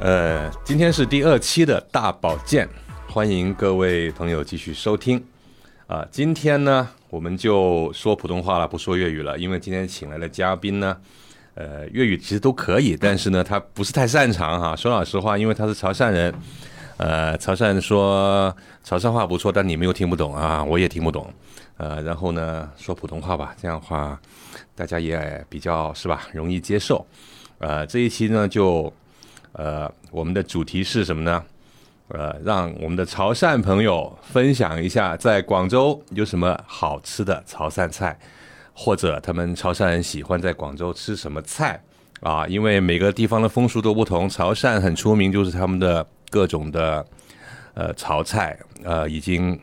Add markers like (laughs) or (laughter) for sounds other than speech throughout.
呃，今天是第二期的大保健，欢迎各位朋友继续收听。啊、今天呢，我们就说普通话了，不说粤语了，因为今天请来的嘉宾呢，呃，粤语其实都可以，但是呢，他不是太擅长哈。说老实话，因为他是潮汕人，呃，潮汕人说潮汕话不错，但你们又听不懂啊，我也听不懂。呃，然后呢，说普通话吧，这样的话大家也比较是吧，容易接受。呃，这一期呢，就呃，我们的主题是什么呢？呃，让我们的潮汕朋友分享一下，在广州有什么好吃的潮汕菜，或者他们潮汕人喜欢在广州吃什么菜啊？因为每个地方的风俗都不同，潮汕很出名就是他们的各种的呃潮菜，呃，已经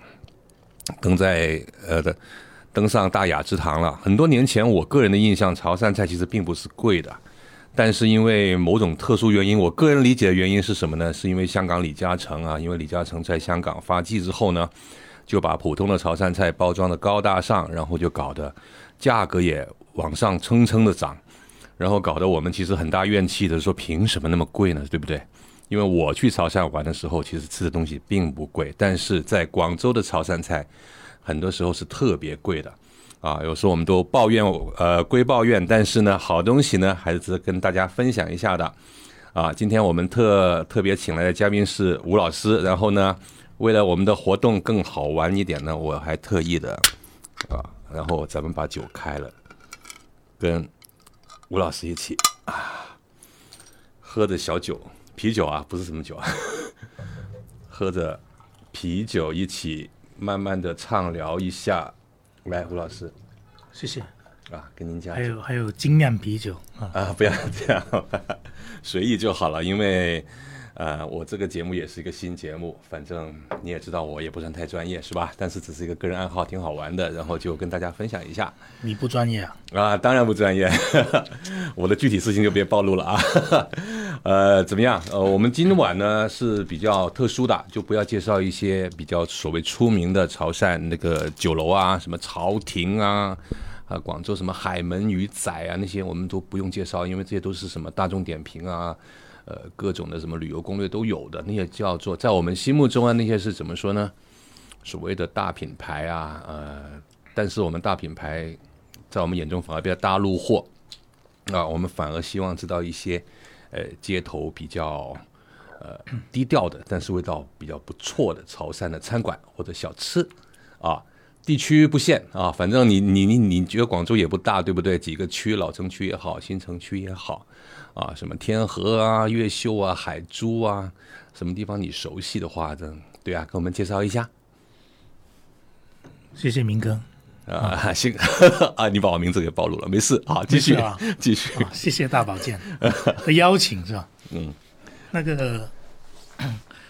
登在呃的登上大雅之堂了。很多年前，我个人的印象，潮汕菜其实并不是贵的，但是因为某种特殊原因，我个人理解的原因是什么呢？是因为香港李嘉诚啊，因为李嘉诚在香港发迹之后呢，就把普通的潮汕菜包装的高大上，然后就搞得价格也往上蹭蹭的涨，然后搞得我们其实很大怨气的说，凭什么那么贵呢？对不对？因为我去潮汕玩的时候，其实吃的东西并不贵，但是在广州的潮汕菜，很多时候是特别贵的。啊，有时候我们都抱怨，呃，归抱怨，但是呢，好东西呢，还是值得跟大家分享一下的。啊，今天我们特特别请来的嘉宾是吴老师，然后呢，为了我们的活动更好玩一点呢，我还特意的啊，然后咱们把酒开了，跟吴老师一起啊，喝着小酒，啤酒啊，不是什么酒啊， (laughs) 喝着啤酒一起慢慢的畅聊一下。来，吴老师谢谢。啊，跟您讲还有还有精酿啤酒啊， (laughs) 啊，不要这样，随意就好了。因为，呃，我这个节目也是一个新节目，反正你也知道，我也不算太专业，是吧？但是只是一个个人爱好，挺好玩的，然后就跟大家分享一下。你不专业啊？啊，当然不专业， (laughs) 我的具体事情就别暴露了啊。 (laughs) 呃，怎么样？呃，我们今晚呢是比较特殊的，就不要介绍一些比较所谓出名的潮汕那个酒楼啊，什么朝廷啊，啊，广州什么海门鱼仔啊那些，我们都不用介绍，因为这些都是什么大众点评啊。呃，各种的什么旅游攻略都有的，那些叫做在我们心目中啊，那些是怎么说呢？所谓的大品牌啊，呃，但是我们大品牌在我们眼中反而变大陆货啊，我们反而希望知道一些呃街头比较呃低调的，但是味道比较不错的潮汕的餐馆或者小吃啊。地区不限啊，反正你你你你觉得广州也不大，对不对？几个区，老城区也好，新城区也好，啊，什么天河啊、越秀啊、海珠啊，什么地方你熟悉的话，这对啊，给我们介绍一下。谢谢明哥啊，啊，行 (laughs) 啊，你把我名字给暴露了，没事，好，继没续事啊，继续，谢谢大保 (laughs) 健的邀请是吧？嗯，那个 (coughs)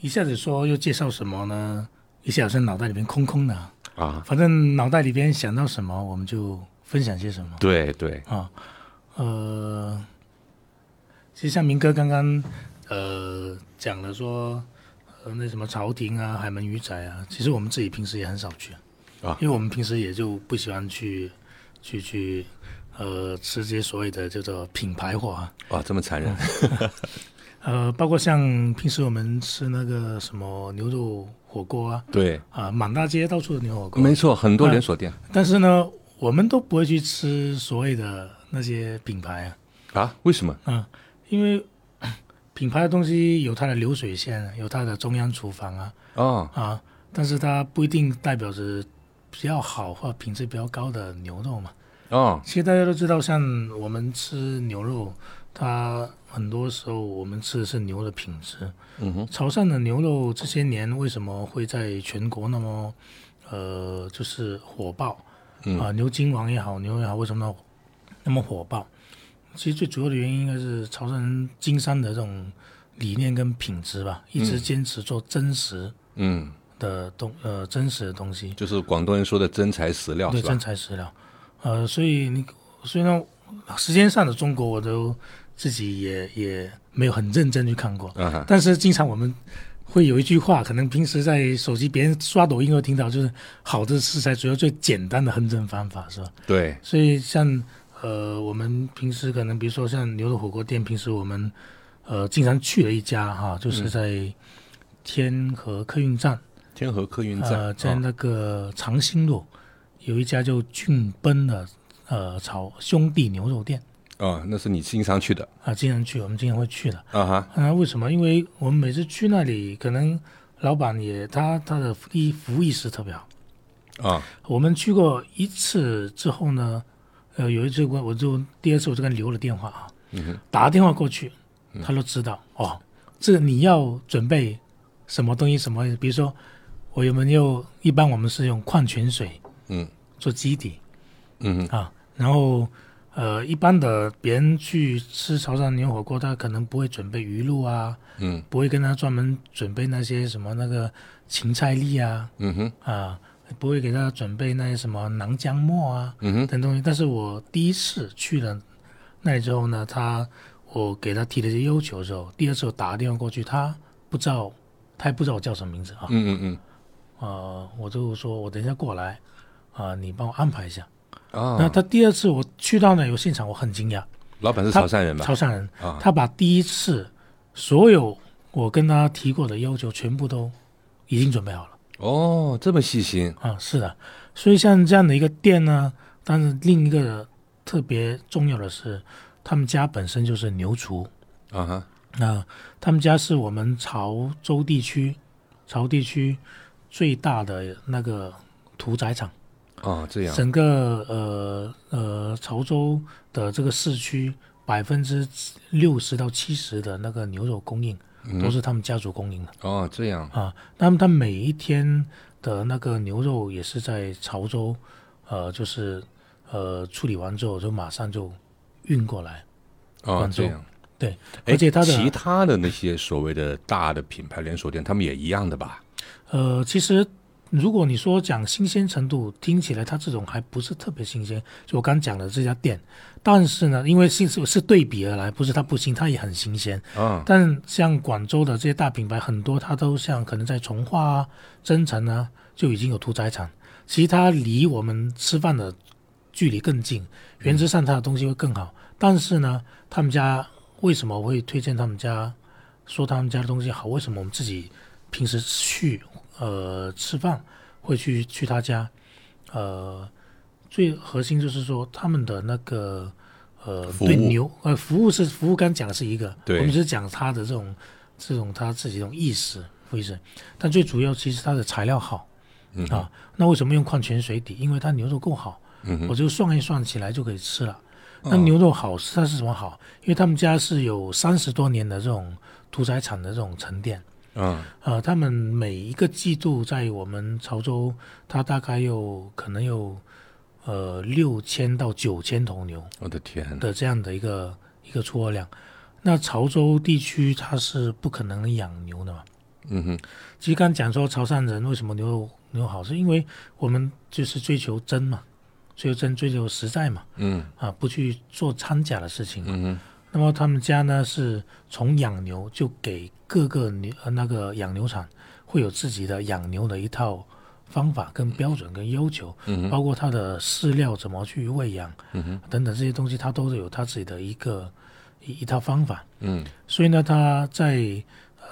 一下子说又介绍什么呢？一下子脑袋里面空空的啊，啊，反正脑袋里边想到什么我们就分享些什么。对对，啊，呃，其实像明哥刚刚呃讲的说，呃那什么朝廷啊、海门鱼仔啊，其实我们自己平时也很少去啊因为我们平时也就不喜欢去去去呃吃这些所谓的叫做品牌货啊，哇，这么残忍，呃，包括像平时我们吃那个什么牛肉火锅啊，对，啊满大街到处的牛火锅， (laughs) 没错，很多连锁店但是呢，我们都不会去吃所谓的那些品牌啊。啊，为什么？啊，因为 (clears throat) 品牌的东西有它的流水线，啊有它的中央厨房啊哦，啊，但是它不一定代表着比较好或品质比较高的牛肉嘛。哦，其实大家都知道，像我们吃牛肉，它很多时候我们吃的是牛的品质。嗯哼，潮汕的牛肉这些年为什么会在全国那么呃就是火爆啊、嗯牛筋王也好，牛也好，为什么那么火爆？其实最主要的原因应该是潮汕人经商的这种理念跟品质吧，一直坚持做真实嗯，的东、呃真实的东西。就是广东人说的真材实料对，是吧真？材实料。呃，所以你虽然时间上的中国，我都自己也也没有很认真去看过，啊哈，但是经常我们会有一句话，可能平时在手机别人刷抖音会听到，就是好的食材主要最简单的烹饪方法，是吧？对，所以像呃，我们平时可能比如说像牛肉火锅店，平时我们呃经常去的一家哈，嗯就是在天河客运站，天河客运站呃，在那个长兴路有一家叫俊奔的呃炒兄弟牛肉店哦哦，那是你经常去的啊，经常去，我们经常会去的。啊哈，啊，为什么？因为我们每次去那里，可能老板也他他的服意服务意识特别好。啊我们去过一次之后呢，呃，有一次我我就第二次我就跟他留了电话啊，打个电话过去，他都知道、哦，这个你要准备什么东西什么，比如说我们又一般我们是用矿泉水嗯做基底嗯啊，然后。呃，一般的别人去吃潮汕牛火锅，他可能不会准备鱼露啊，嗯不会跟他专门准备那些什么那个芹菜粒啊嗯哼啊，不会给他准备那些什么囊姜末啊嗯哼等东西。但是我第一次去了那里之后呢，他我给他提了一些要求之后，第二次我打个电话过去，他不知道，他也不知道我叫什么名字嗯啊，嗯嗯呃，我就说我等一下过来啊、你帮我安排一下。那啊，他第二次我去到那有现场，我很惊讶，老板是他潮汕人吧？潮汕人，啊他把第一次所有我跟他提过的要求全部都已经准备好了哦，这么细心，啊，是的，所以像这样的一个店呢，但是另一个特别重要的是，他们家本身就是牛厨，啊哈，那、他们家是我们潮州地区潮地区最大的那个屠宰场。哦，这样，整个呃呃潮州的这个市区，百分之六十到七十的那个牛肉供应都是他们家族供应的、哦，这样，啊。那么他每一天的那个牛肉也是在潮州，呃，就是呃处理完之后就马上就运过来，哦，广这州样。对，哎而且它其的他的那些所谓的大的品牌连锁店，他们也一样的吧？呃，其实如果你说讲新鲜程度，听起来它这种还不是特别新鲜，就我刚讲的这家店。但是呢，因为是是是对比而来，不是它不新，它也很新鲜。啊，但像广州的这些大品牌，很多它都像可能在从化啊、增城啊，就已经有屠宰场。其实它离我们吃饭的距离更近，原则上它的东西会更好。但是呢，他们家为什么会推荐他们家，说他们家的东西好？为什么我们自己平时去呃吃饭会去去他家？呃，最核心就是说他们的那个呃服务对牛呃服务是服务，刚讲的是一个，对我们只是讲他的这种这种他自己这种意识意识，但最主要其实它的材料好。嗯啊，那为什么用矿泉水底？因为它牛肉够好，嗯哼我就算一算起来就可以吃了。那哦牛肉好，它是什么好？因为他们家是有三十多年的这种屠宰场的这种沉淀，嗯呃，他们每一个季度在我们潮州，它大概有可能有呃六千到九千头牛我的天，的这样的一个一个出货量。那潮州地区它是不可能养牛的嘛，嗯哼，其实刚讲说潮汕人为什么牛肉牛肉好，是因为我们就是追求真嘛，追求真，追求实在嘛，嗯啊，不去做掺假的事情嘛。嗯哼，那么他们家呢是从养牛就给各个牛呃那个养牛场会有自己的养牛的一套方法跟标准跟要求，嗯哼，包括它的饲料怎么去喂养啊嗯哼，等等这些东西，它都是有它自己的一个一一套方法。嗯所以呢，他在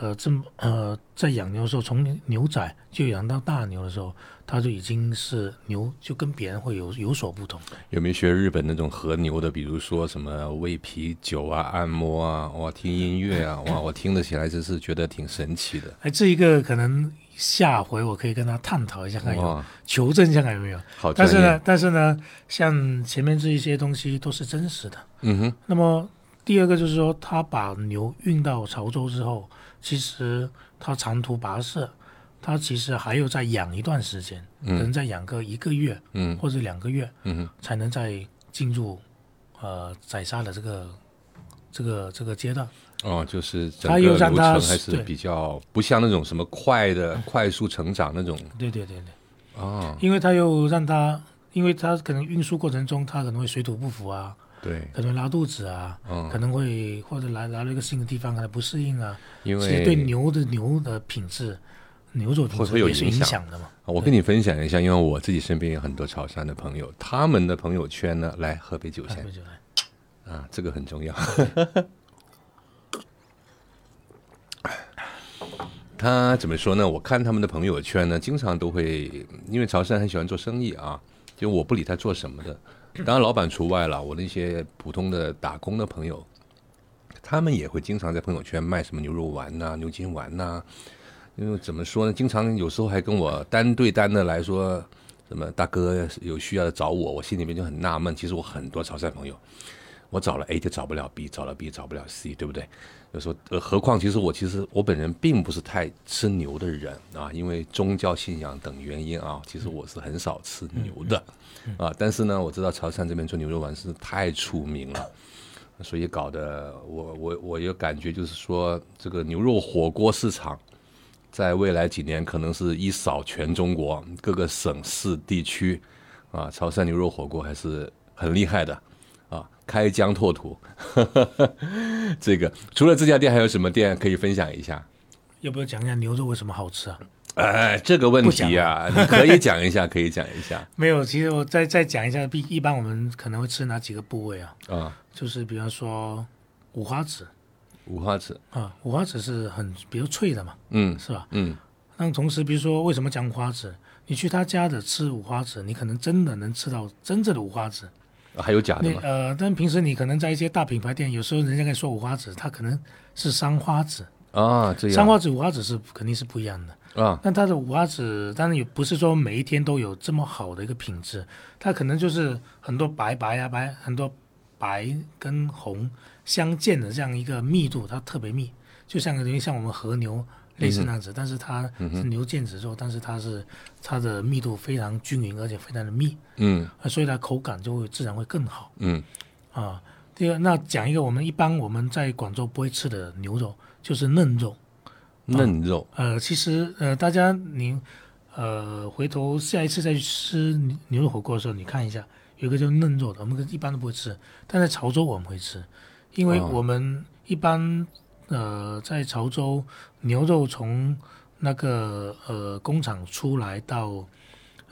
呃这么呃在养牛的时候，从牛仔就养到大牛的时候，他就已经是牛，就跟别人会有有所不同。有没有学日本那种和牛的？比如说什么喂啤酒啊、按摩啊，哇，听音乐 (laughs) 啊，哇，我听得起来真是觉得挺神奇的。哎，这一个可能下回我可以跟他探讨一下，看有哇，求证一下看有没有。好但专是业呢，，但是呢，像前面这一些东西都是真实的。嗯哼，那么第二个就是说，他把牛运到潮州之后，其实他长途跋涉，他其实还要再养一段时间，可能再养个一个月嗯或者两个月。嗯哼，才能再进入呃宰杀的这个这个这个阶段。哦，就是整它个又流让程它还是对啊比较不像那种什么快的、快速成长那种对对对对，啊，因为他又让他，因为他可能运输过程中他可能会水土不服啊，对，可能会拉肚子啊，嗯可能会或者来来了一个新的地方可能不适应啊，因其为实对牛的牛的品质。牛肉品会会质有也是影影响响的嘛？啊我跟你分享一下，因为我自己身边有很多潮汕的朋友，他们的朋友圈呢，来喝杯酒啊先不就来啊，这个很重要。 (laughs) 他怎么说呢？我看他们的朋友圈呢，经常都会，因为潮汕很喜欢做生意啊，就我不理他做什么的，当然老板除外了。我那些普通的打工的朋友，他们也会经常在朋友圈卖什么牛肉丸呐、牛筋丸呐、因为怎么说呢，经常有时候还跟我单对单的来说，什么大哥有需要找我，我心里面就很纳闷。其实我很多潮汕朋友，我找了 A 就找不了 B，找了 B 找不了 C，对不对？有时候，呃，何况其实我其实我本人并不是太吃牛的人啊，因为宗教信仰等原因啊，其实我是很少吃牛的啊。但是呢，我知道潮汕这边做牛肉丸是太出名了。所以搞得我我我有感觉，就是说这个牛肉火锅市场，在未来几年可能是一扫全中国各个省市地区，啊，潮汕牛肉火锅还是很厉害的，啊，开疆拓土。 (laughs) 这个除了这家店，还有什么店可以分享一下？要不要讲一下牛肉为什么好吃啊？哎，这个问题呀、你可以讲一 (laughs) 下，可以讲一下没有，其实我再再讲一下，一一般我们可能会吃哪几个部位啊？啊。就是比方说五花趾五花趾，啊，五花趾是很比较脆的嘛，嗯是吧？嗯，那同时，比如说为什么讲五花趾？你去他家的吃五花趾，你可能真的能吃到真正的五花趾。啊还有假的那吗？呃，但平时你可能在一些大品牌店，有时候人家跟你说五花趾，它可能是三花趾，啊，这三样花趾、五花趾是肯定是不一样的。啊，但它的五花趾当然也不是说每一天都有这么好的一个品质，它可能就是很多白白啊白，很多白跟红相间的这样一个密度，它特别密，就像有点像我们和牛类似那样子，嗯但是它是牛腱子肉，但是它是它的密度非常均匀，而且非常的密，嗯啊所以它口感就会自然会更好嗯啊。第二，那讲一个我们一般我们在广州不会吃的牛肉，就是嫩肉。嫩肉，呃，其实呃，大家您呃，回头下一次再去吃牛牛肉火锅的时候，你看一下，有一个叫嫩肉的，我们一般都不会吃，但在潮州我们会吃，因为哦我们一般、呃在潮州牛肉从那个呃工厂出来到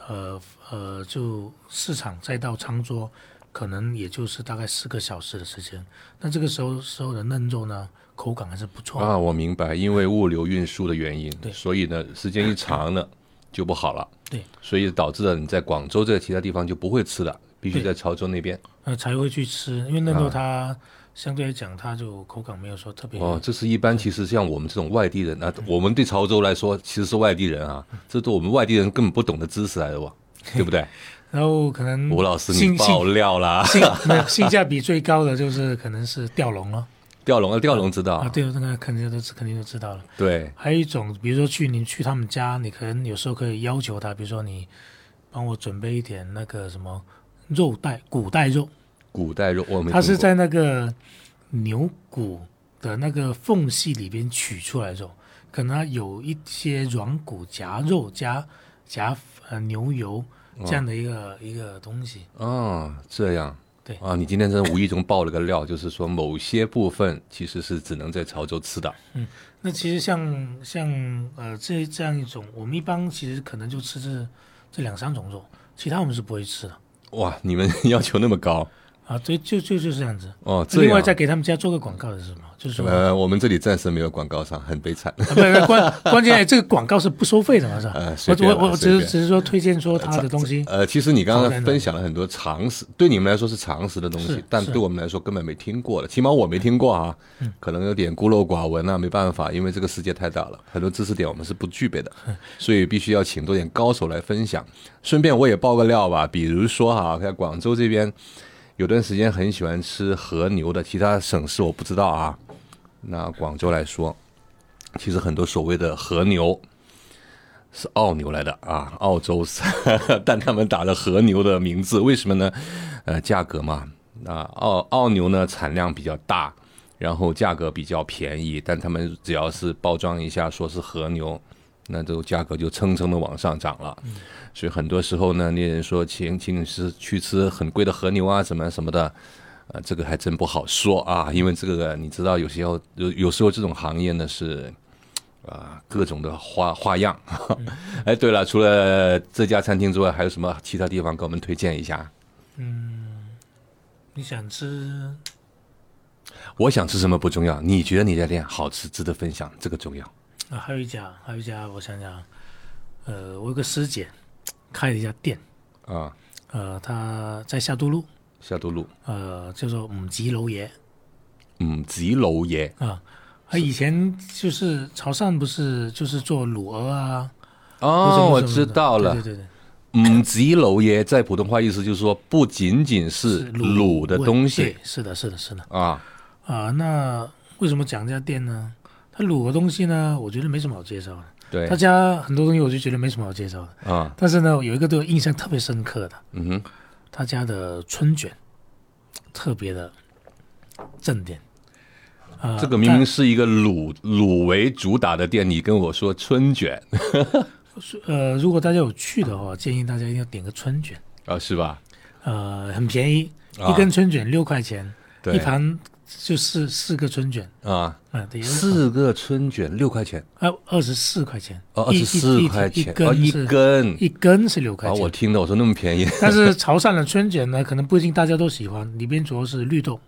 呃呃就市场再到餐桌，可能也就是大概四个小时的时间。那这个时候时候的嫩肉呢，口感还是不错的。啊，我明白，因为物流运输的原因，所以呢，时间一长呢就不好了，对，所以导致了你在广州这其他地方就不会吃了，必须对在潮州那边。呃，才会去吃，因为嫩豆它相对来讲，它就口感没有说特别。啊哦，这是一般其实像我们这种外地人啊，我们对潮州来说其实是外地人啊，这都我们外地人根本不懂的知识来的 (laughs) 哇，对不对？然后可能吴老师性你爆料 (laughs) 啦，性性没有性价比最高的就是可能是吊龙了吊龙啊，吊龙知道啊，，对，那个肯定都知肯定都知道了。对，还有一种，比如说去你去他们家，你可能有时候可以要求他，比如说你帮我准备一点那个什么肉带骨带肉，古代肉我们它是在那个牛骨的那个缝隙里边取出来的肉，可能它有一些软骨夹肉夹夹呃牛油这样的一个、一个东西。哦，这样。对啊，你今天真的无意中爆了个料，就是说某些部分其实是只能在潮州吃的。嗯那其实像像呃这这样一种，我们一般其实可能就吃这这两三种肉，其他我们是不会吃的哇，你们 (laughs) 要求那么高啊。对，就就就是这样子。哦，这另外样。再给他们家做个广告的是什么？就是说，啊呃，我们这里暂时没有广告商，很悲惨。不是关关键这个广告是不收费的嘛，是吧？呃随我便吧我我随只是便只是说推荐说他的东西。呃，其实你刚好刚在哪分享了很多常识，对你们来说是常识的东西是，但是嗯对我们来说根本没听过的，起码我没听过啊，可能有点孤陋寡闻啊，没办法，因为这个世界太大了，很多知识点我们是不具备的，嗯所以必须要请多点高手来分享。顺便我也爆个料吧，比如说哈、在广州这边有段时间很喜欢吃和牛的，其他省市我不知道啊。那广州来说，其实很多所谓的和牛是澳牛来的啊，澳洲， (laughs) 但他们打了和牛的名字，为什么呢？呃，价格嘛，那、澳澳牛呢产量比较大，然后价格比较便宜，但他们只要是包装一下说是和牛，那这个价格就蹭蹭的往上涨了。所以很多时候呢，那人说请请你吃去吃很贵的和牛啊，什么什么的。呃，这个还真不好说啊，因为这个你知道，有时候有有时候这种行业呢是啊，各种的花花样。 (laughs) 哎，对了，除了这家餐厅之外，还有什么其他地方给我们推荐一下？你想吃我想吃什么不重要，你觉得你家店好吃，值得分享，这个重要。啊，还有一家，还有一家，我想想，呃，我有个师姐开了一家店，啊，呃，她在下都路，下都路，呃，叫做五级楼爷嗯，吉楼爷，啊。她以前就是潮汕，不是就是做卤鹅啊？或者哦，我什么知的道了对，对对嗯，吉楼爷在普通话意思就是说，不仅仅对，是是卤的东对西，是的，是的，是的。啊，啊、那为什么讲这家店呢？它卤的东西呢，我觉得没什么好介绍的。对他，家很多东西我就觉得没什么好介绍的，啊，但是呢，有一个对我印象特别深刻的，嗯哼，他家的春卷特别的正点。呃这个明明是一个卤卤为主打的店，你跟我说春卷 (laughs) 呃，如果大家有去的话，建议大家一定要点个春卷，啊，是吧？呃，很便宜，啊一根春卷六块钱，对一盘就四四个春卷，啊，啊、对，四个春卷六块钱，二二十四块钱，哦，二一十四块钱一，哦，一一根是根，一根是六块啊，我钱。听的我说那么便宜 (laughs) 但是潮汕的春卷呢，可能不一定大家都喜欢，里边主要是绿豆、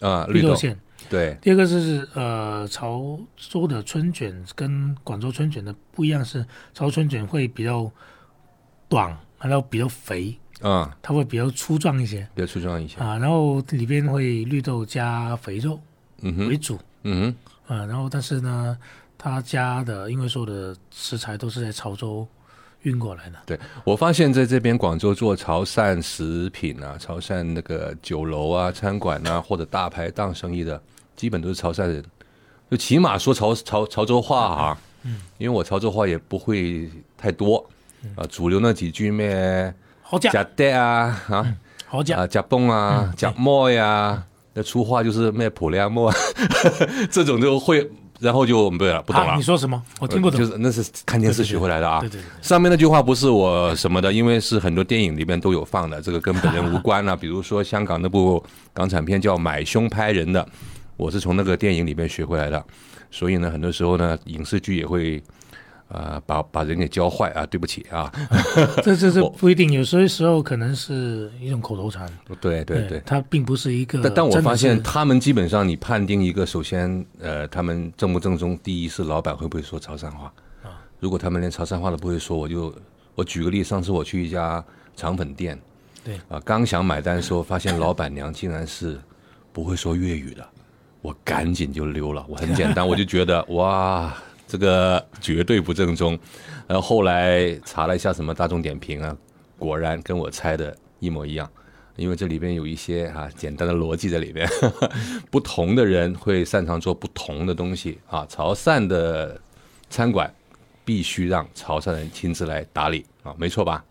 啊，绿绿豆，馅。对，第二个是呃，潮州的春卷跟广州春卷的不一样是，潮州春卷会比较短，然后比较肥，啊，它会比较粗壮一些别出装一下，啊，然后里边会绿豆加肥肉嗯为哼，主嗯啊，然后但是呢，他家的因为所有的食材都是在潮州运过来的哼，，对，我发现在这边广州做潮汕食品啊，潮汕那个酒楼啊、餐馆啊或者大排档生意的，基本都是潮汕人，就起码说潮潮潮州话啊，嗯，因为我潮州话也不会太多，啊，主流那几句咩，好讲假的啊啊。好讲，啊，夹蹦嗯啊，夹馍哎呀，那粗话就是咩普利亚馍啊， (laughs) 这种就会，然后就对了，不懂啊了你，说什么？我听不懂就。是那是看电视学回来的啊对对对对。上面那句话不是我什么的，因为是很多电影里面都有放的，这个跟本人无关啊。 (laughs) 比如说香港那部港产片叫《买凶拍人》的，我是从那个电影里面学回来的，所以呢，很多时候呢，影视剧也会。呃，把把人给教坏啊！对不起 (laughs) 啊，这这这不一定，有些时候可能是一种口头禅。对对对，它并不是一个真的但是。但我发现他们基本上，你判定一个，首先，呃，他们正不正宗，第一是老板会不会说潮汕话。啊如果他们连潮汕话都不会说，我就我举个例，上次我去一家肠粉店，对啊、刚想买单的时候，发现老板娘竟然是不会说粤语的，我赶紧就溜了。我很简单，我就觉得哇，这个绝对不正宗。然后后来查了一下什么大众点评啊，果然跟我猜的一模一样。因为这里边有一些啊简单的逻辑在里边， (laughs) 不同的人会擅长做不同的东西啊。潮汕的餐馆必须让潮汕人亲自来打理啊，没错吧？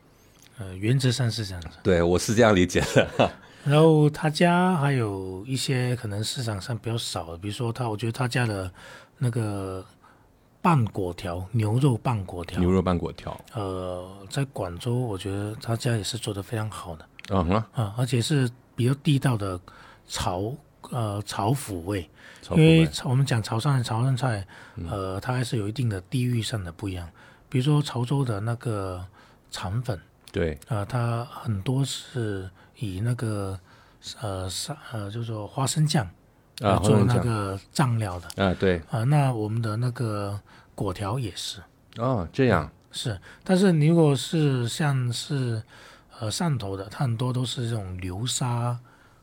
呃，原则上是这样子。对，我是这样理解的。然后他家还有一些可能市场上比较少的，比如说他，我觉得他家的那个拌果条，牛肉拌果条牛，肉拌粿条，呃，在广州我觉得他家也是做的非常好的嗯哼，啊，而且是比较地道的潮呃潮府味，潮因为味潮我们讲潮汕人潮汕菜，呃，它还是有一定的地域上的不一样，比如说潮州的那个肠粉。对，啊，它很多是以那个呃沙呃，就是说花生酱啊来花做生那酱个蘸料的啊对，啊。那我们的那个果条也是哦这嗯样，是，但是你如果是像是呃汕头的，它很多都是这种流沙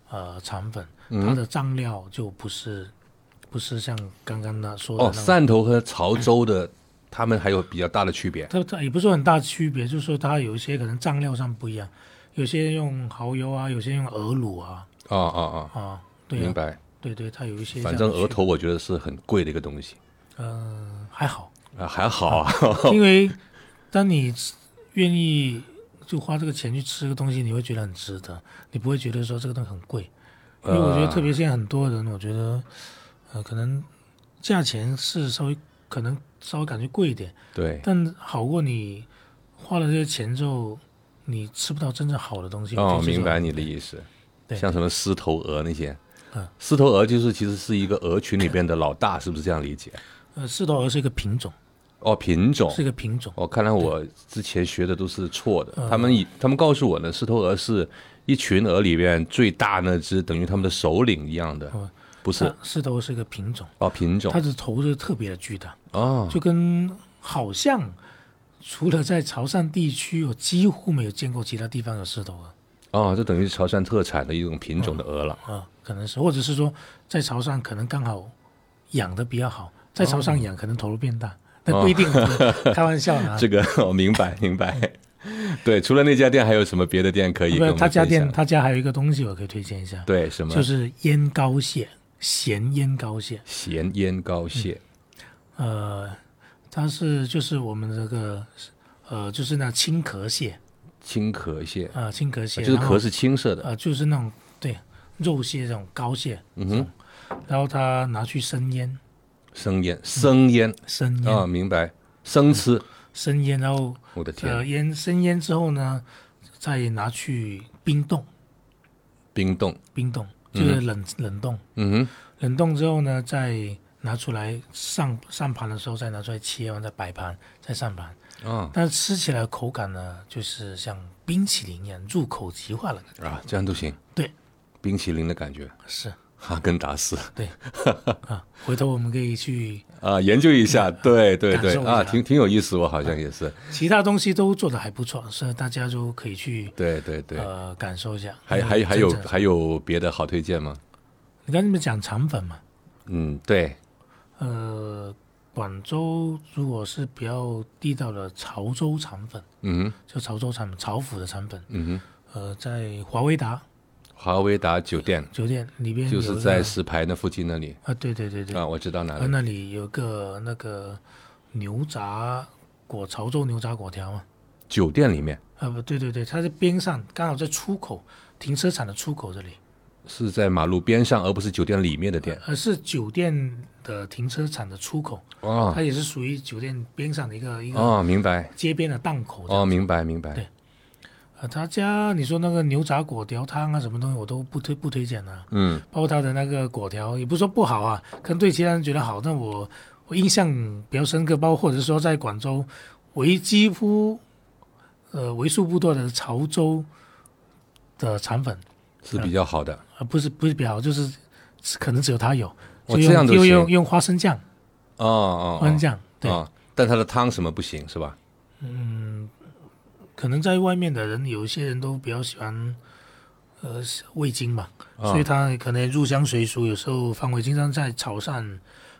呃肠粉，嗯它的蘸料就不是不是像刚刚那说的哦那种。汕头和潮州的他们还有比较大的区别，它它也不是很大区别，就是说它有一些可能蘸料上不一样，有些用蚝油啊，有些用鹅卤啊，哦哦哦，啊，对明啊，白。对对，它有一些反这正样的额头我觉得是很贵的一个东西区别，嗯，还好，啊，还好 (laughs) 啊，因为当你愿意就花这个钱去吃个东西，你会觉得很值得，你不会觉得说这个东西很贵，因为我呃觉得特别现在很多人，我觉得呃，可能价钱是稍微可能稍微感觉贵一点， (laughs) 对。但好过你花了这些钱之后，你吃不到真正好的东西。哦我，觉得这明种白你的意思。对像什么狮头鹅那些，嗯狮头鹅就是其实是一个鹅群里边的老大，是不是这样理解？呃，狮头鹅是一个品种，哦，品种是。一个品种。哦，看来我之前学的都是错的。嗯他们以他们告诉我嗯呢，狮头鹅是一群鹅里边最大那只，等于他们的首领一样的。不是它狮头是个品种，哦，品种它的头是特别的巨大，哦，就跟好像除了在潮汕地区，我几乎没有见过其他地方有狮头鹅哦，这等于是潮汕特产的一种品种的鹅了。啊，可能是，或者是说在潮汕可能刚好养的比较好，在潮哦汕养可能头都变大，那不一定，开 (laughs) 玩笑的啊。这个我明白明白。对，除了那家店，还有什么别的店可以啊不跟我是们他家分享店，他家还有一个东西我可以推荐一下，对什么？就是腌膏蟹，咸腌膏蟹。咸腌膏蟹。嗯呃，它是就是我们这个呃，就是那青壳蟹青壳蟹，啊、青壳蟹，就是然壳后是青色的。呃，就是那种对肉蟹这种膏蟹，嗯哼，然后它拿去生腌，生腌，生腌生腌，啊，明白。生吃，嗯生腌，然后我的天，呃腌生腌之后呢，再拿去冰冻，冰冻。冰冻就是冷、冷冻，嗯冷冻之后呢，再拿出来上上盘的时候再拿出来切完再摆盘再上盘，哼，啊但是吃起来的口感呢，就是像冰淇淋一样入口即化了。啊，这样都行。对，冰淇淋的感觉，是哈根达斯 (laughs) 对啊，回头我们可以去啊，研究一下。对对嗯感对受一下嗯啊，挺挺有意思，我好像也是。其他东西都做的还不错，所以大家就可以去对对对，呃感受一下。还嗯还还有真正还有别的好推荐吗？你刚才们讲肠粉嘛，嗯，对，呃，广州如果是比较地道的潮州肠粉，嗯哼就潮州肠粉、潮府的肠粉，嗯呃，在华威达哼，华威达酒店酒店里边就嗯有是一在个石牌那附近那里啊，对对对对，啊，我知道哪呃，里。那里有个那个牛杂果，潮州牛杂果条嘛。酒店里面啊不对对对，它是边上，刚好在出口停车场的出口这里，是在马路边上，而不是酒店里面的店而呃是酒店的停车场的出口，哦它也是属于酒店边上的一个一个哦，明白街边的档口这样。哦，明白明白对。呃，他家你说那个牛杂果条汤啊，什么东西我都不推不推荐啊，嗯，包括他的那个果条，也不是说不好啊，可能对其他人觉得好，但我我印象比较深刻，包括或者说在广州，为几乎呃为数不多的潮州的肠粉。是比较好的啊，不是不是比较好，就是可能只有他有，哦就这样用都用行用用花生酱，哦哦花生哦酱，嗯对，哦，但它的汤什么不行是吧？可能在外面的人有一些人都比较喜欢，呃，味精嘛，啊所以他可能入乡随俗，有时候放味精，但在潮汕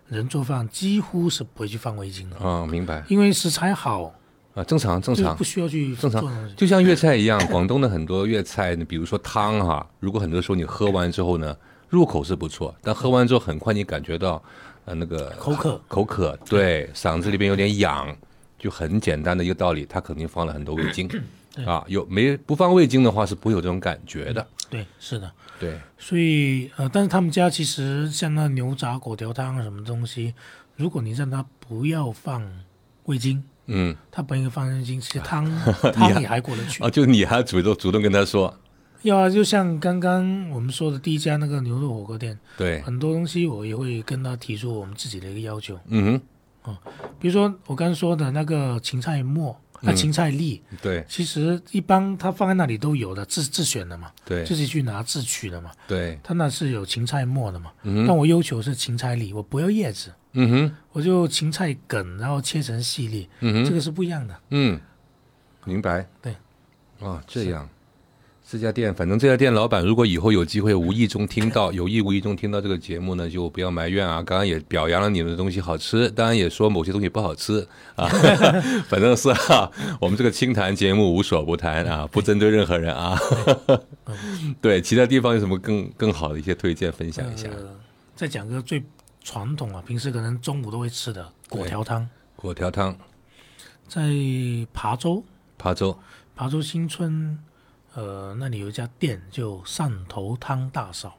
人做饭几乎是不会去放味精的，哦，明白因为食材好，啊，正常正就是常不。需要去正常做那种就像粤菜一样，广东的很多粤菜，比如说汤哈、如果很多时候你喝完之后呢，入口是不错，但喝完之后很快你感觉到，呃，那个口渴，口渴，对，嗓子里边有点痒，就很简单的一个道理，它肯定放了很多味精，啊，有没不放味精的话是不会有这种感觉的，对，是的。对，所以呃，但是他们家其实像那牛杂果条汤啊什么东西，如果你让他不要放味精，嗯，他本应该放进去，其实 (laughs) 汤汤也还过得去。啊，就你还主动主动跟他说，要啊，就像刚刚我们说的第一家那个牛肉火锅店，对，很多东西我也会跟他提出我们自己的一个要求，嗯比如说我刚说的那个芹菜末嗯啊、芹菜粒，哼，对其实一般它放在那里都有的，自自选的嘛，对自己去拿自取的嘛，对，它那是有芹菜末的嘛。但我要求是芹菜粒，我不要叶子，嗯哼，我就芹菜梗，然后切成细粒，这个是不一样的。嗯，明白，对，啊，这样。这家店，反正这家店老板，如果以后有机会无意中听到，有意无意中听到这个节目呢，就不要埋怨啊。刚刚也表扬了你们的东西好吃，当然也说某些东西不好 (laughs) 吃啊。反正是啊，我们这个清谈节目无所不谈啊，不针对任何人啊。 (laughs) 对，其他地方有什么更更好的一些推荐分享一下？呃，再讲个最传统啊，平时可能中午都会吃的果条汤，果条汤、在琶洲，琶洲琶洲新村，呃，那里有一家店叫汕头汤大嫂，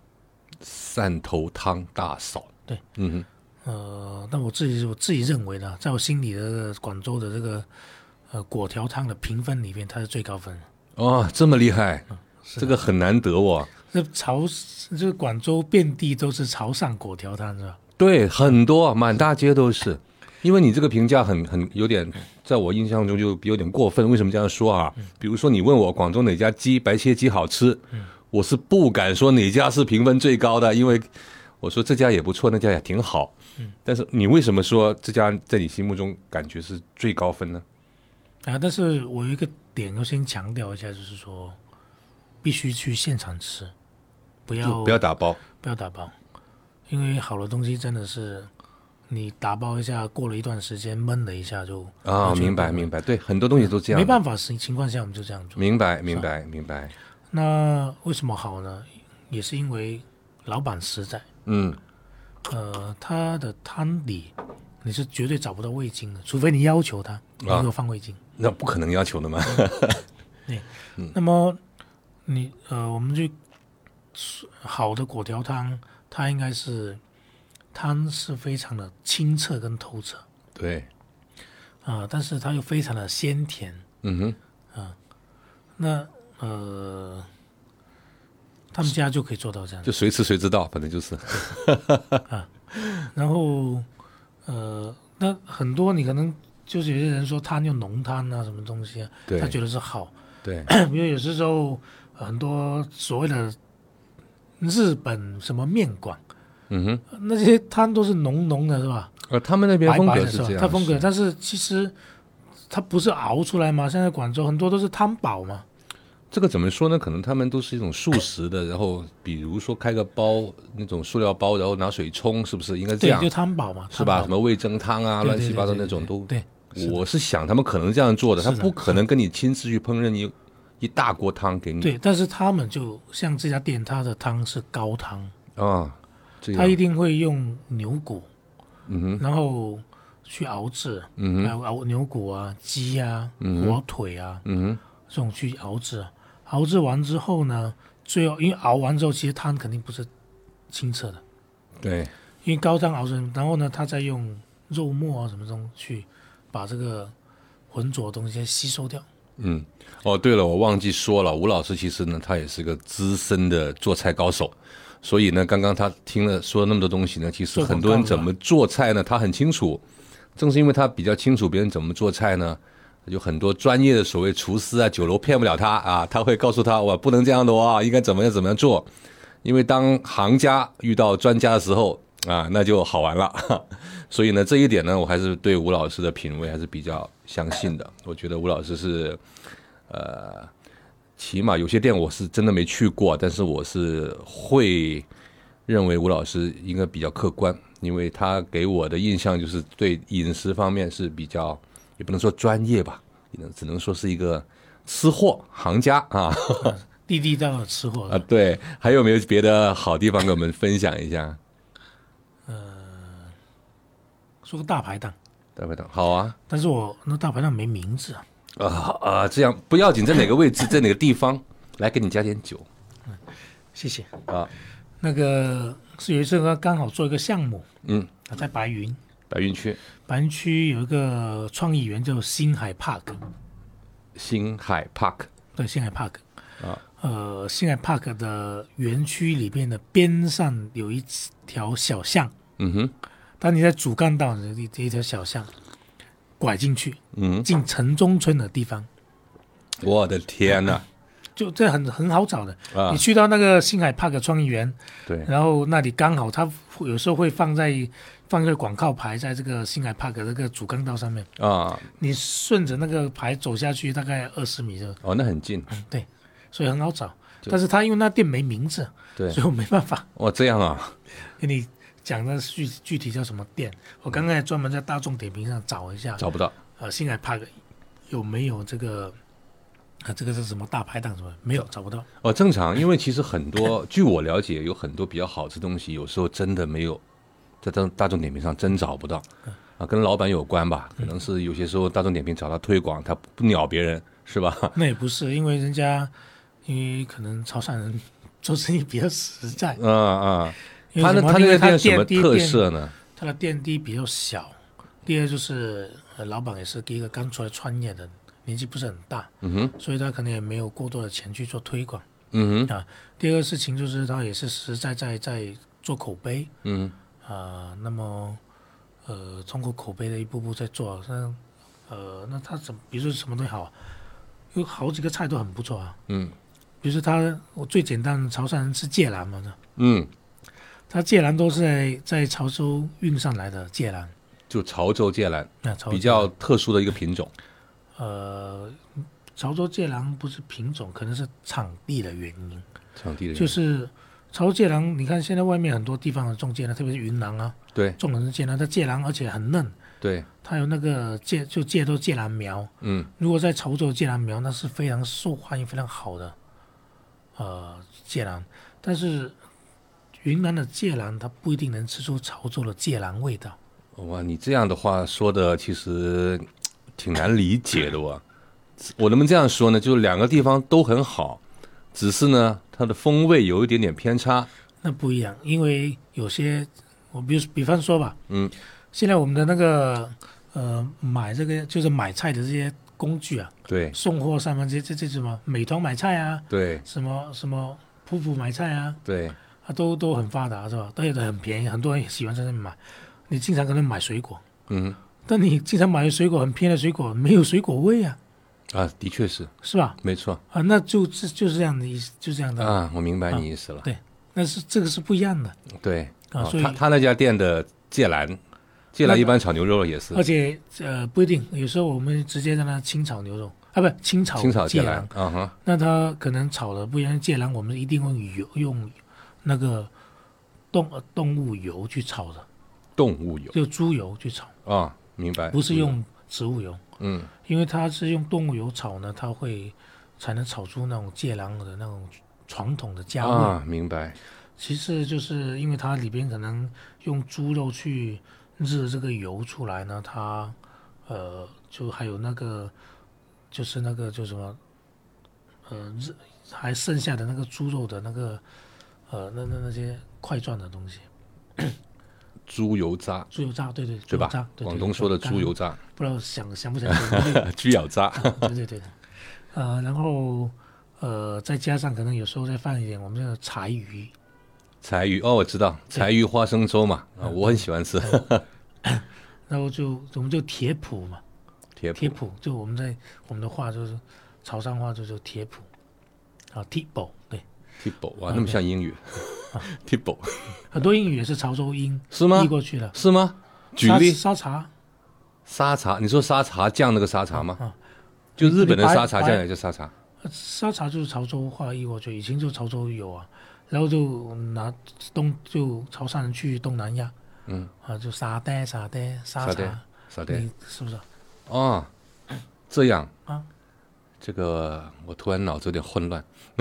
汕头汤大嫂，对，嗯哼，呃，但我自己我自己认为呢，在我心里的这个广州的这个呃果条汤的评分里面，它是最高分的。哦，这么厉害，嗯这个很难得哦。这潮就是广州遍地都是潮汕果条汤是吧？对，很多满大街都嗯是。因为你这个评价很很有点，在我印象中就有点过分。为什么这样说啊？嗯比如说你问我广州哪家鸡白切鸡好吃，我是不敢说哪家是评分最高的，因为我说这家也不错，那家也挺好。嗯，但是你为什么说这家在你心目中感觉是最高分呢？啊，但是我有一个点要先强调一下，就是说必须去现场吃，不要就不要打包，不要打包，因为好的东西真的是你打包一下，过了一段时间闷了一下就啊，完全明白明白，对，很多东西都这样，没办法情情况下我们就这样做。明白明白明白，那为什么好呢？也是因为老板实在，嗯，呃，他的摊底你是绝对找不到味精的，除非你要求啊他你给我放味精。那不可能要求的嘛，嗯嗯那么你呃，我们就好的果条汤，它应该是汤是非常的清澈跟透彻 (laughs) 对，啊、但是它又非常的鲜甜。嗯哼，那呃，他们家就可以做到这样。就谁吃谁知道，反正就是，然后呃，那很多你可能就是有些人说汤就浓汤啊，什么东西啊，对他觉得是好， (coughs) 对，因为有些时候很多所谓的日本什么面馆，嗯哼，那些汤都是浓浓的，是吧？呃，他们那边白风白格的这吧？样，它风格，但是其实它不是熬出来嘛。现在广州很多都是汤煲嘛，这个怎么说呢？可能他们都是一种素食的，然后比如说开个包那种塑料包，然后拿水冲，是不是应该这对，样就？汤煲嘛，是吧？汤什煲？么味噌汤啊，对乱七八糟那对对对种对都。对，是的我是想他们可能这样做的，他是的不可能跟你亲自去烹饪一一大锅汤给你。对，但是他们就像这家店，它的汤是高汤，啊，这它一样，定会用牛骨，嗯哼，然后去熬制，嗯还有熬牛骨啊、鸡啊、火腿啊嗯这种去熬制。熬制完之后呢，最后因为熬完之后，其实汤肯定不是清澈的，哼，对，因为高汤熬成，然后呢，他再用肉末啊什么东西去把这个浑浊的东西吸收掉。嗯，哦，对了，我忘记说了，吴老师其实呢，他也是个资深的做菜高手。所以呢，刚刚他听了说了那么多东西呢，其实做广很多人告是吧怎么做菜呢，他很清楚。正是因为他比较清楚别人怎么做菜呢，有很多专业的所谓厨师啊，酒楼骗不了他啊，他会告诉他我不能这样的哦，应该怎么样怎么样做。因为当行家遇到专家的时候啊，那就好玩了。 (laughs) 所以呢，这一点呢，我还是对吴老师的品味还是比较相信的。我觉得吴老师是，呃，起码有些店我是真的没去过，但是我是会认为吴老师应该比较客观，因为他给我的印象就是对饮食方面是比较，也不能说专业吧，也能只能说是一个吃货行家 (laughs) 啊地地道道吃货啊！对，还有没有别的好地方给我们分享一下？说个大排档，大排档好啊但是我那大排档没名字啊，啊啊！这样不要紧，在哪个位置，在哪个地方，来给你加点酒谢谢。啊！那个是有一次刚刚好做一个项目，嗯，啊，在白云，白云区白云区有一个创意园叫星海 Park，星海 Park 对，星海 Park。呃，啊星海 Park 的园区里面的边上有一条小巷，嗯哼，当你在主干道这一这一条小巷拐进去，嗯，进城中村的地方，我的天呐！就这很很好找的。啊你去到那个星海 Park 创意园， (laughs) 对，然后那里刚好它有时候会放在放一个广告牌在这个星海 Park 的这个主干道上面，啊，你顺着那个牌走下去大概二十米的，哦，那很近，对，所以很好找。但是他因为那店没名字，对，所以我没办法哦，这样啊，给你讲那具具体叫什么店。我刚才专门在大众点评上找一下，找不到，呃，星海 Park 有没有这个？啊，这个是什么大排档什么？没有，找不到。哦，正常，因为其实很多，据我了解，有很多比较好吃的东西，有时候真的没有在大大众点评上真找不到，嗯啊，跟老板有关吧，可能是有些时候大众点评找他推广，他不鸟别人，是吧？那也不是，因为人家，因为可能潮汕人做生意比较实在。啊啊，因为他那什么他因那为个他店什么第一特店？色呢？他的店第一比较小，第二就是呃，老板也是第一个刚出来创业的，年纪不是很大，嗯哼，所以他可能也没有过多的钱去做推广嗯哼，啊。第二个事情就是他也是实实在在在做口碑，嗯，啊，那么呃，通过口碑的一步步在做，那呃，那他怎么，比如说什么东西好啊，有好几个菜都很不错啊，嗯，比如说他我最简单的潮汕人吃芥兰嘛，那嗯，它芥兰都是在在潮州运上来的芥兰，就潮州芥兰那、潮州比较特殊的一个品种。呃，潮州芥兰不是品种，可能是场地的原因。场地的原因就是潮州芥兰，你看现在外面很多地方种芥兰，特别是云南啊，对种很多芥兰，它芥兰而且很嫩，对，它有那个芥就芥都芥兰苗。嗯，如果在潮州芥兰苗，那是非常受欢迎、非常好的呃芥兰，但是云南的芥兰它不一定能吃出潮州的芥兰味道。哦哇，你这样的话说的其实挺难理解的哇。我能不能这样说呢？就是两个地方都很好，只是呢，它的风味有一点点偏差。那不一样，因为有些我比如比方说吧，嗯，现在我们的那个呃买这个就是买菜的这些工具啊，对送货上门这这这什么美团买菜啊，对什么什么普普买菜啊，对，啊都都很发达是吧？都有的很便宜，很多人也喜欢在那里买。你经常可能买水果，嗯但你经常买的水果很偏的水果没有水果味啊，啊，的确是是吧？没错啊，那就这就是这样的意思，就这样的，啊，我明白你意思了。对，那是这个是不一样的。对啊哦所以他他那家店的芥兰，芥兰那一般炒牛肉也是而且呃不一定，有时候我们直接让它清炒牛肉啊，不清炒清炒芥芥兰啊哈，那它可能炒的不一样，芥兰我们一定会油用那个动呃动物油去炒的，动物油就猪油去炒，啊，明白？不是用植物油，嗯因为它是用动物油炒呢，它会才能炒出那种芥兰的那种传统的家味。啊，明白其次就是因为它里边可能用猪肉去热这个油出来呢，它呃就还有那个就是那个就什么呃热还剩下的那个猪肉的那个呃那那那些块状的东西，猪油渣猪油渣对对对猪油吧渣，？对对广东说的刚猪油渣，不知道想想不想 (laughs) 对猪脚渣，对对对， (laughs) 呃然后呃再加上可能有时候再放一点我们这个柴鱼，柴鱼哦，我知道柴鱼花生粥嘛，嗯啊，我很喜欢 (laughs) 吃然后就我们就铁谱嘛。铁贴谱谱，就我们在我们的话就是潮汕话就是贴谱，啊 t i p o 对， table 啊哇，那么像英语 (laughs) table 很多英语也是潮州音是吗译过去的。是吗？举沙例沙茶，沙茶，你说沙茶酱那个沙茶吗啊啊？就日本的你白沙茶酱白也叫沙茶，呃沙茶就是潮州话译过去，以前就潮州有啊，然后就拿东就潮汕人去东南亚，嗯啊就沙爹沙爹沙沙爹茶，沙爹。你是不是？哦，这样啊，这个我突然脑子有点混 (laughs) 乱。 (laughs)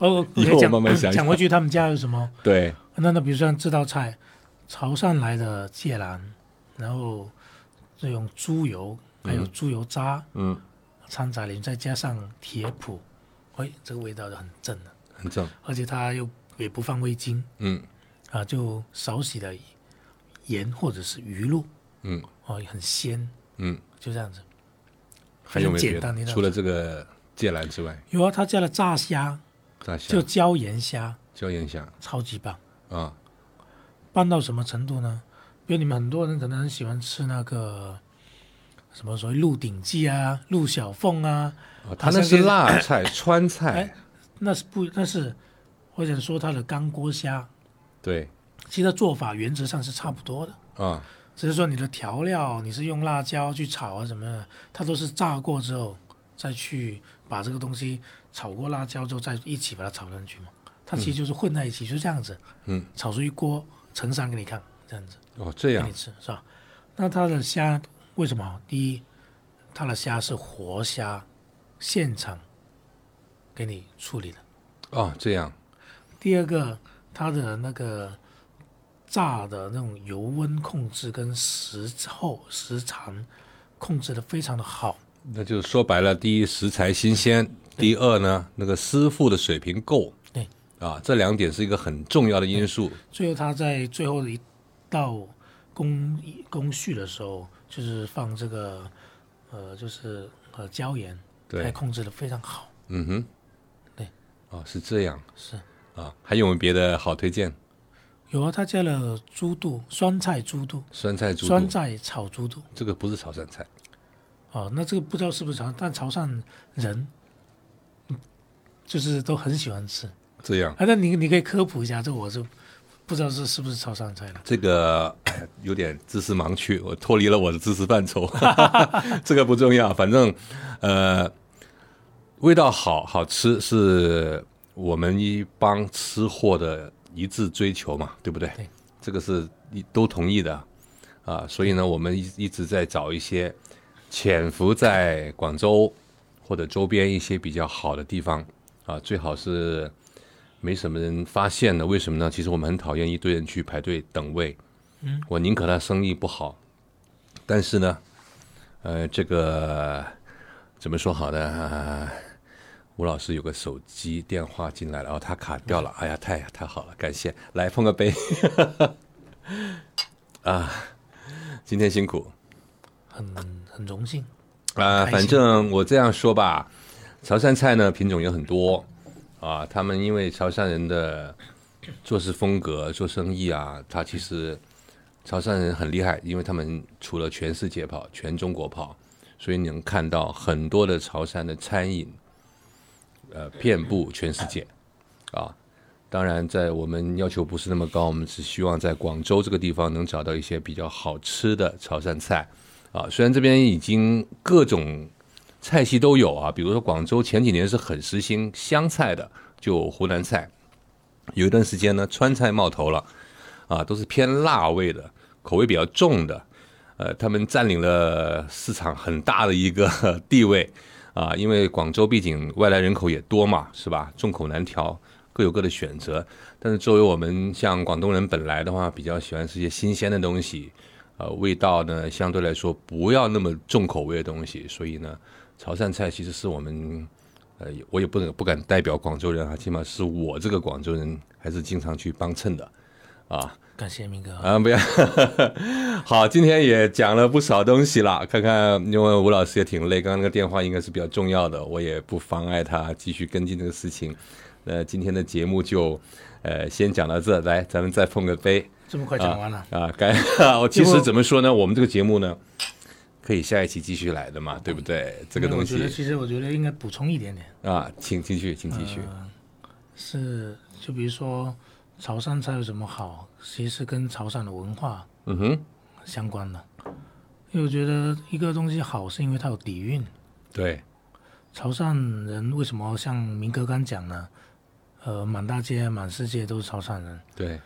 哦，以后我慢慢想讲回去他们家有什么？对，那那比如说像这道菜，潮汕来的芥兰，然后这种猪油，还有猪油渣嗯，掺杂里，再加上铁谱，哎，这个味道就很正了、很正，而且它又也不放味精嗯啊，就少许的盐或者是鱼露，嗯哦，很鲜，嗯，就这样子。还有没有别简单的的？一道除了这个芥兰之外，有啊，他加了炸虾，炸虾就、椒盐虾，椒盐虾超级棒。啊，棒到什么程度呢？比如你们很多人可能很喜欢吃那个什么所谓《鹿鼎记》啊、《陆小凤》啊，啊它那是辣 (laughs) 菜、川菜哎，那是不那是我想说它的干锅虾，对其实它做法原则上是差不多的，啊，只是说你的调料你是用辣椒去炒啊什么的，它都是炸过之后再去把这个东西炒过辣椒之后再一起把它炒上去嘛，它其实就是混在一起，就这样子，嗯，炒出一锅呈上给你看，这样子。哦这给样你吃是吧？那它的虾为什么好？第一，它的虾是活虾，现场给你处理的；哦这样第二个，它的那个炸的那种油温控制跟时候时长控制的非常的好。那就说白了，第一食材新鲜，第二呢那个师傅的水平够，对啊，这两点是一个很重要的因素。最后，它在最后的一道工工序的时候，就是放这个呃，就是呃椒盐，对还控制的非常好。嗯哼，对，哦是这样是。啊，还有没有别的好推荐？有啊，他加了猪肚，酸菜猪肚，酸菜猪肚酸菜炒猪肚。这个不是潮汕菜，哦，那这个不知道是不是潮，但潮汕人，嗯就是都很喜欢吃。哎这样啊，那你你可以科普一下，这我是不知道是是不是潮汕菜了。这个哎有点知识盲区，我脱离了我的知识范畴，这个不重要，反正呃，味道好好吃是我们一帮吃货的一致追求嘛，对不对？对这个是一都同意的啊，所以呢，我们一一直在找一些潜伏在广州或者周边一些比较好的地方啊，最好是没什么人发现的。为什么呢？其实我们很讨厌一堆人去排队等位，嗯，我宁可他生意不好，但是呢，呃，这个怎么说好呢？啊吴老师有个手机电话进来了，哦，他卡掉了。哎呀，太太好了，感谢，来碰个杯。 (laughs) 啊，今天辛苦很很荣幸，啊、开心反正我这样说吧，潮汕菜呢品种也很多啊，他们因为潮汕人的做事风格、做生意啊，他其实潮汕人很厉害，因为他们除了全世界跑，全中国跑，所以你能看到很多的潮汕的餐饮，呃，遍布全世界啊。当然，在我们要求不是那么高，我们只希望在广州这个地方能找到一些比较好吃的潮汕菜。啊，虽然这边已经各种菜系都有啊，比如说广州前几年是很实行湘菜的，就湖南菜，有一段时间呢川菜冒头了，啊，都是偏辣味的，口味比较重的，呃，他们占领了市场很大的一个 (laughs) 地位啊，因为广州毕竟外来人口也多嘛，是吧？众口难调，各有各的选择。但是作为我们像广东人本来的话，比较喜欢吃一些新鲜的东西，呃，味道呢相对来说不要那么重口味的东西，所以呢，潮汕菜其实是我们，呃，我也不能不敢代表广州人啊，起码是我这个广州人还是经常去帮衬的，啊，感谢明哥啊。啊，不要， (laughs) 好，今天也讲了不少东西了，看看，因为吴老师也挺累，刚刚那个电话应该是比较重要的，我也不妨碍他继续跟进这个事情。那今天的节目就，呃，先讲到这，来，咱们再碰个杯这么快讲完了，啊。该， (laughs) 我其实怎么说呢，我们这个节目呢，可以下一期继续来的嘛，对不对？这个因为东我觉得西其实我觉得应该补充一点点，啊，请继续，请继续。是就比如说潮汕菜有什么好，其实跟潮汕的文化嗯哼，相关的。因为我觉得一个东西好，是因为它有底蕴。对，潮汕人为什么像明哥刚讲呢？呃，满大街、满世界都是潮汕人，对，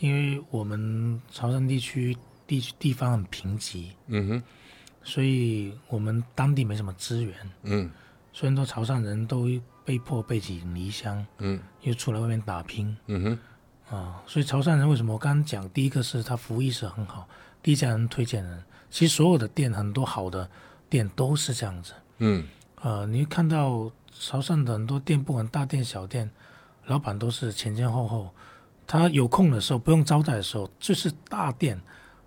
因为我们潮汕地区地区地方很贫瘠，嗯哼，所以我们当地没什么资源，嗯所以很多潮汕人都被迫背井离乡，嗯又出来外面打拼嗯哼，啊。所以潮汕人为什么我刚刚讲，第一个是他服务意识很好，第一家人推荐人，其实所有的店很多好的店都是这样子。嗯，呃，你会看到潮汕的很多店，不管大店小店，老板都是前前后后，他有空的时候，不用招待的时候，就是大店，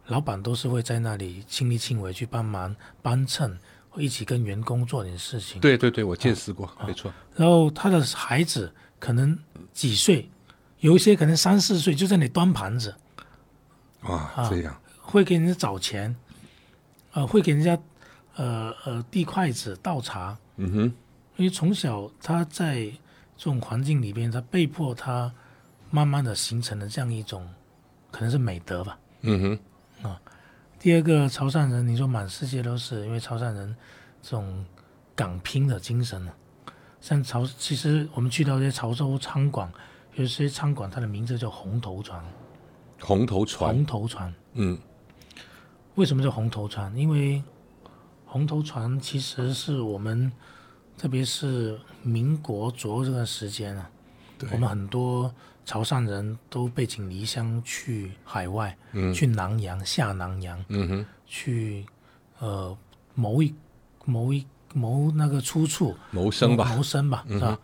老板都是会在那里亲力亲为去帮忙帮衬，会一起跟员工做点事情。，对对对，我见识过，没错，然后他的孩子可能几岁，有一些可能三四岁就在那里端盘子，哇，啊这样，会给人家找钱，呃，会给人家呃呃递筷子倒茶，嗯哼，因为从小他在这种环境里边，他被迫他慢慢的形成了这样一种可能是美德吧。嗯哼。第二个潮汕人，你说满世界都是，因为潮汕人这种港拼的精神呢、像潮，其实我们去到一些潮州餐馆，有些餐馆它的名字叫红头船，红头船，红头船嗯为什么叫红头船？因为红头船其实是我们，特别是民国左右这段时间啊，对我们很多潮汕人都背井离乡去海外，去南洋、下南洋，嗯哼，去呃谋一谋一谋那个出处，谋生吧，谋生吧，是吧？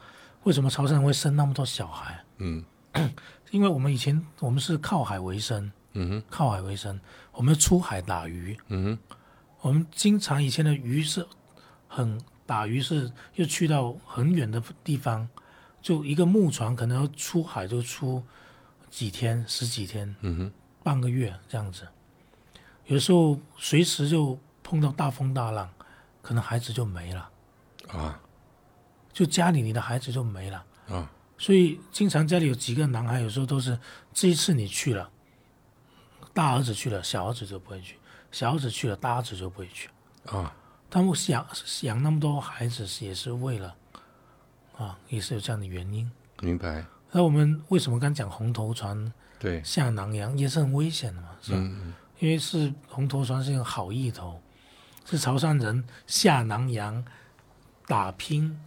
为什么潮汕人会生那么多小孩？嗯 (clears throat) 因为我们以前我们是靠海为生，嗯哼，靠海为生，我们出海打鱼，嗯哼，我们经常以前的鱼是很打鱼是又去到很远的地方，就一个木船可能要出海就出几天、十几天、嗯哼，半个月这样子。有时候随时就碰到大风大浪，可能孩子就没了，啊就家里你的孩子就没了。啊，所以经常家里有几个男孩，有时候都是这一次你去了，大儿子去了，小儿子就不会去；小儿子去了，大儿子就不会去。啊，他们想养那么多孩子，也是为了啊，也是有这样的原因。明白，那我们为什么刚讲红头船对，下南洋也是很危险的嘛？是吧？嗯，因为是红头船是一个好意头，是潮汕人下南洋打拼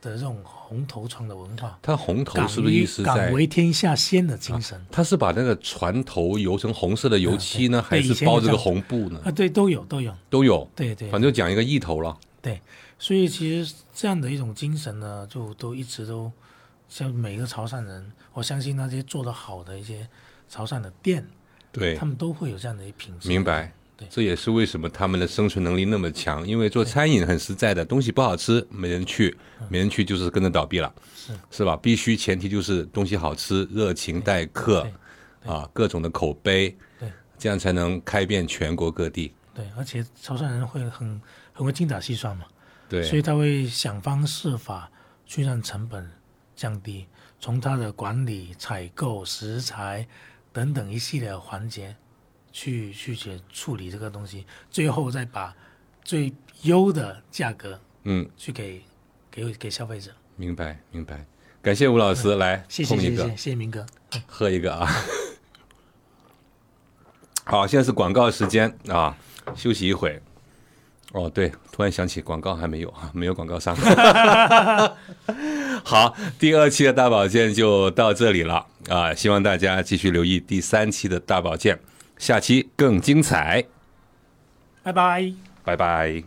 的这种红头船的文化。它红头敢是不是于意思在啊敢？为天下先的精神它是把那个船头油成红色的油漆呢，啊对还对以是前有包这这个样红布呢？啊？对，都有都有，都有，对对反正就讲一个意头了。对。所以其实这样的一种精神呢，就都一直都像每个潮汕人，我相信那些做得好的一些潮汕的店，对他，们都会有这样的一品质。明白对。这也是为什么他们的生存能力那么强，因为做餐饮很实在的，东西不好吃没人去，嗯没人去就是跟着倒闭了，是吧？必须前提就是东西好吃，热情待客对，啊，各种的口碑，对这样才能开遍全国各地。对，而且潮汕人会很很会精打细算嘛。所对，以他会想方设法去让成本降低，从他的管理、采购、食材等等一系列的环节去去去处理这个东西，最后再把最优的价格嗯，去给给给消费者。明白明白。感谢吴老师来嗯谢谢碰一谢谢个谢谢明哥，喝一个啊。 (laughs) 好，现在是广告时间啊，休息一会。哦，对，突然想起广告还没有啊，没有广告商。 (laughs) 好，第二期的大保健就到这里了啊，希望大家继续留意第三期的大保健，下期更精彩，拜拜。拜拜。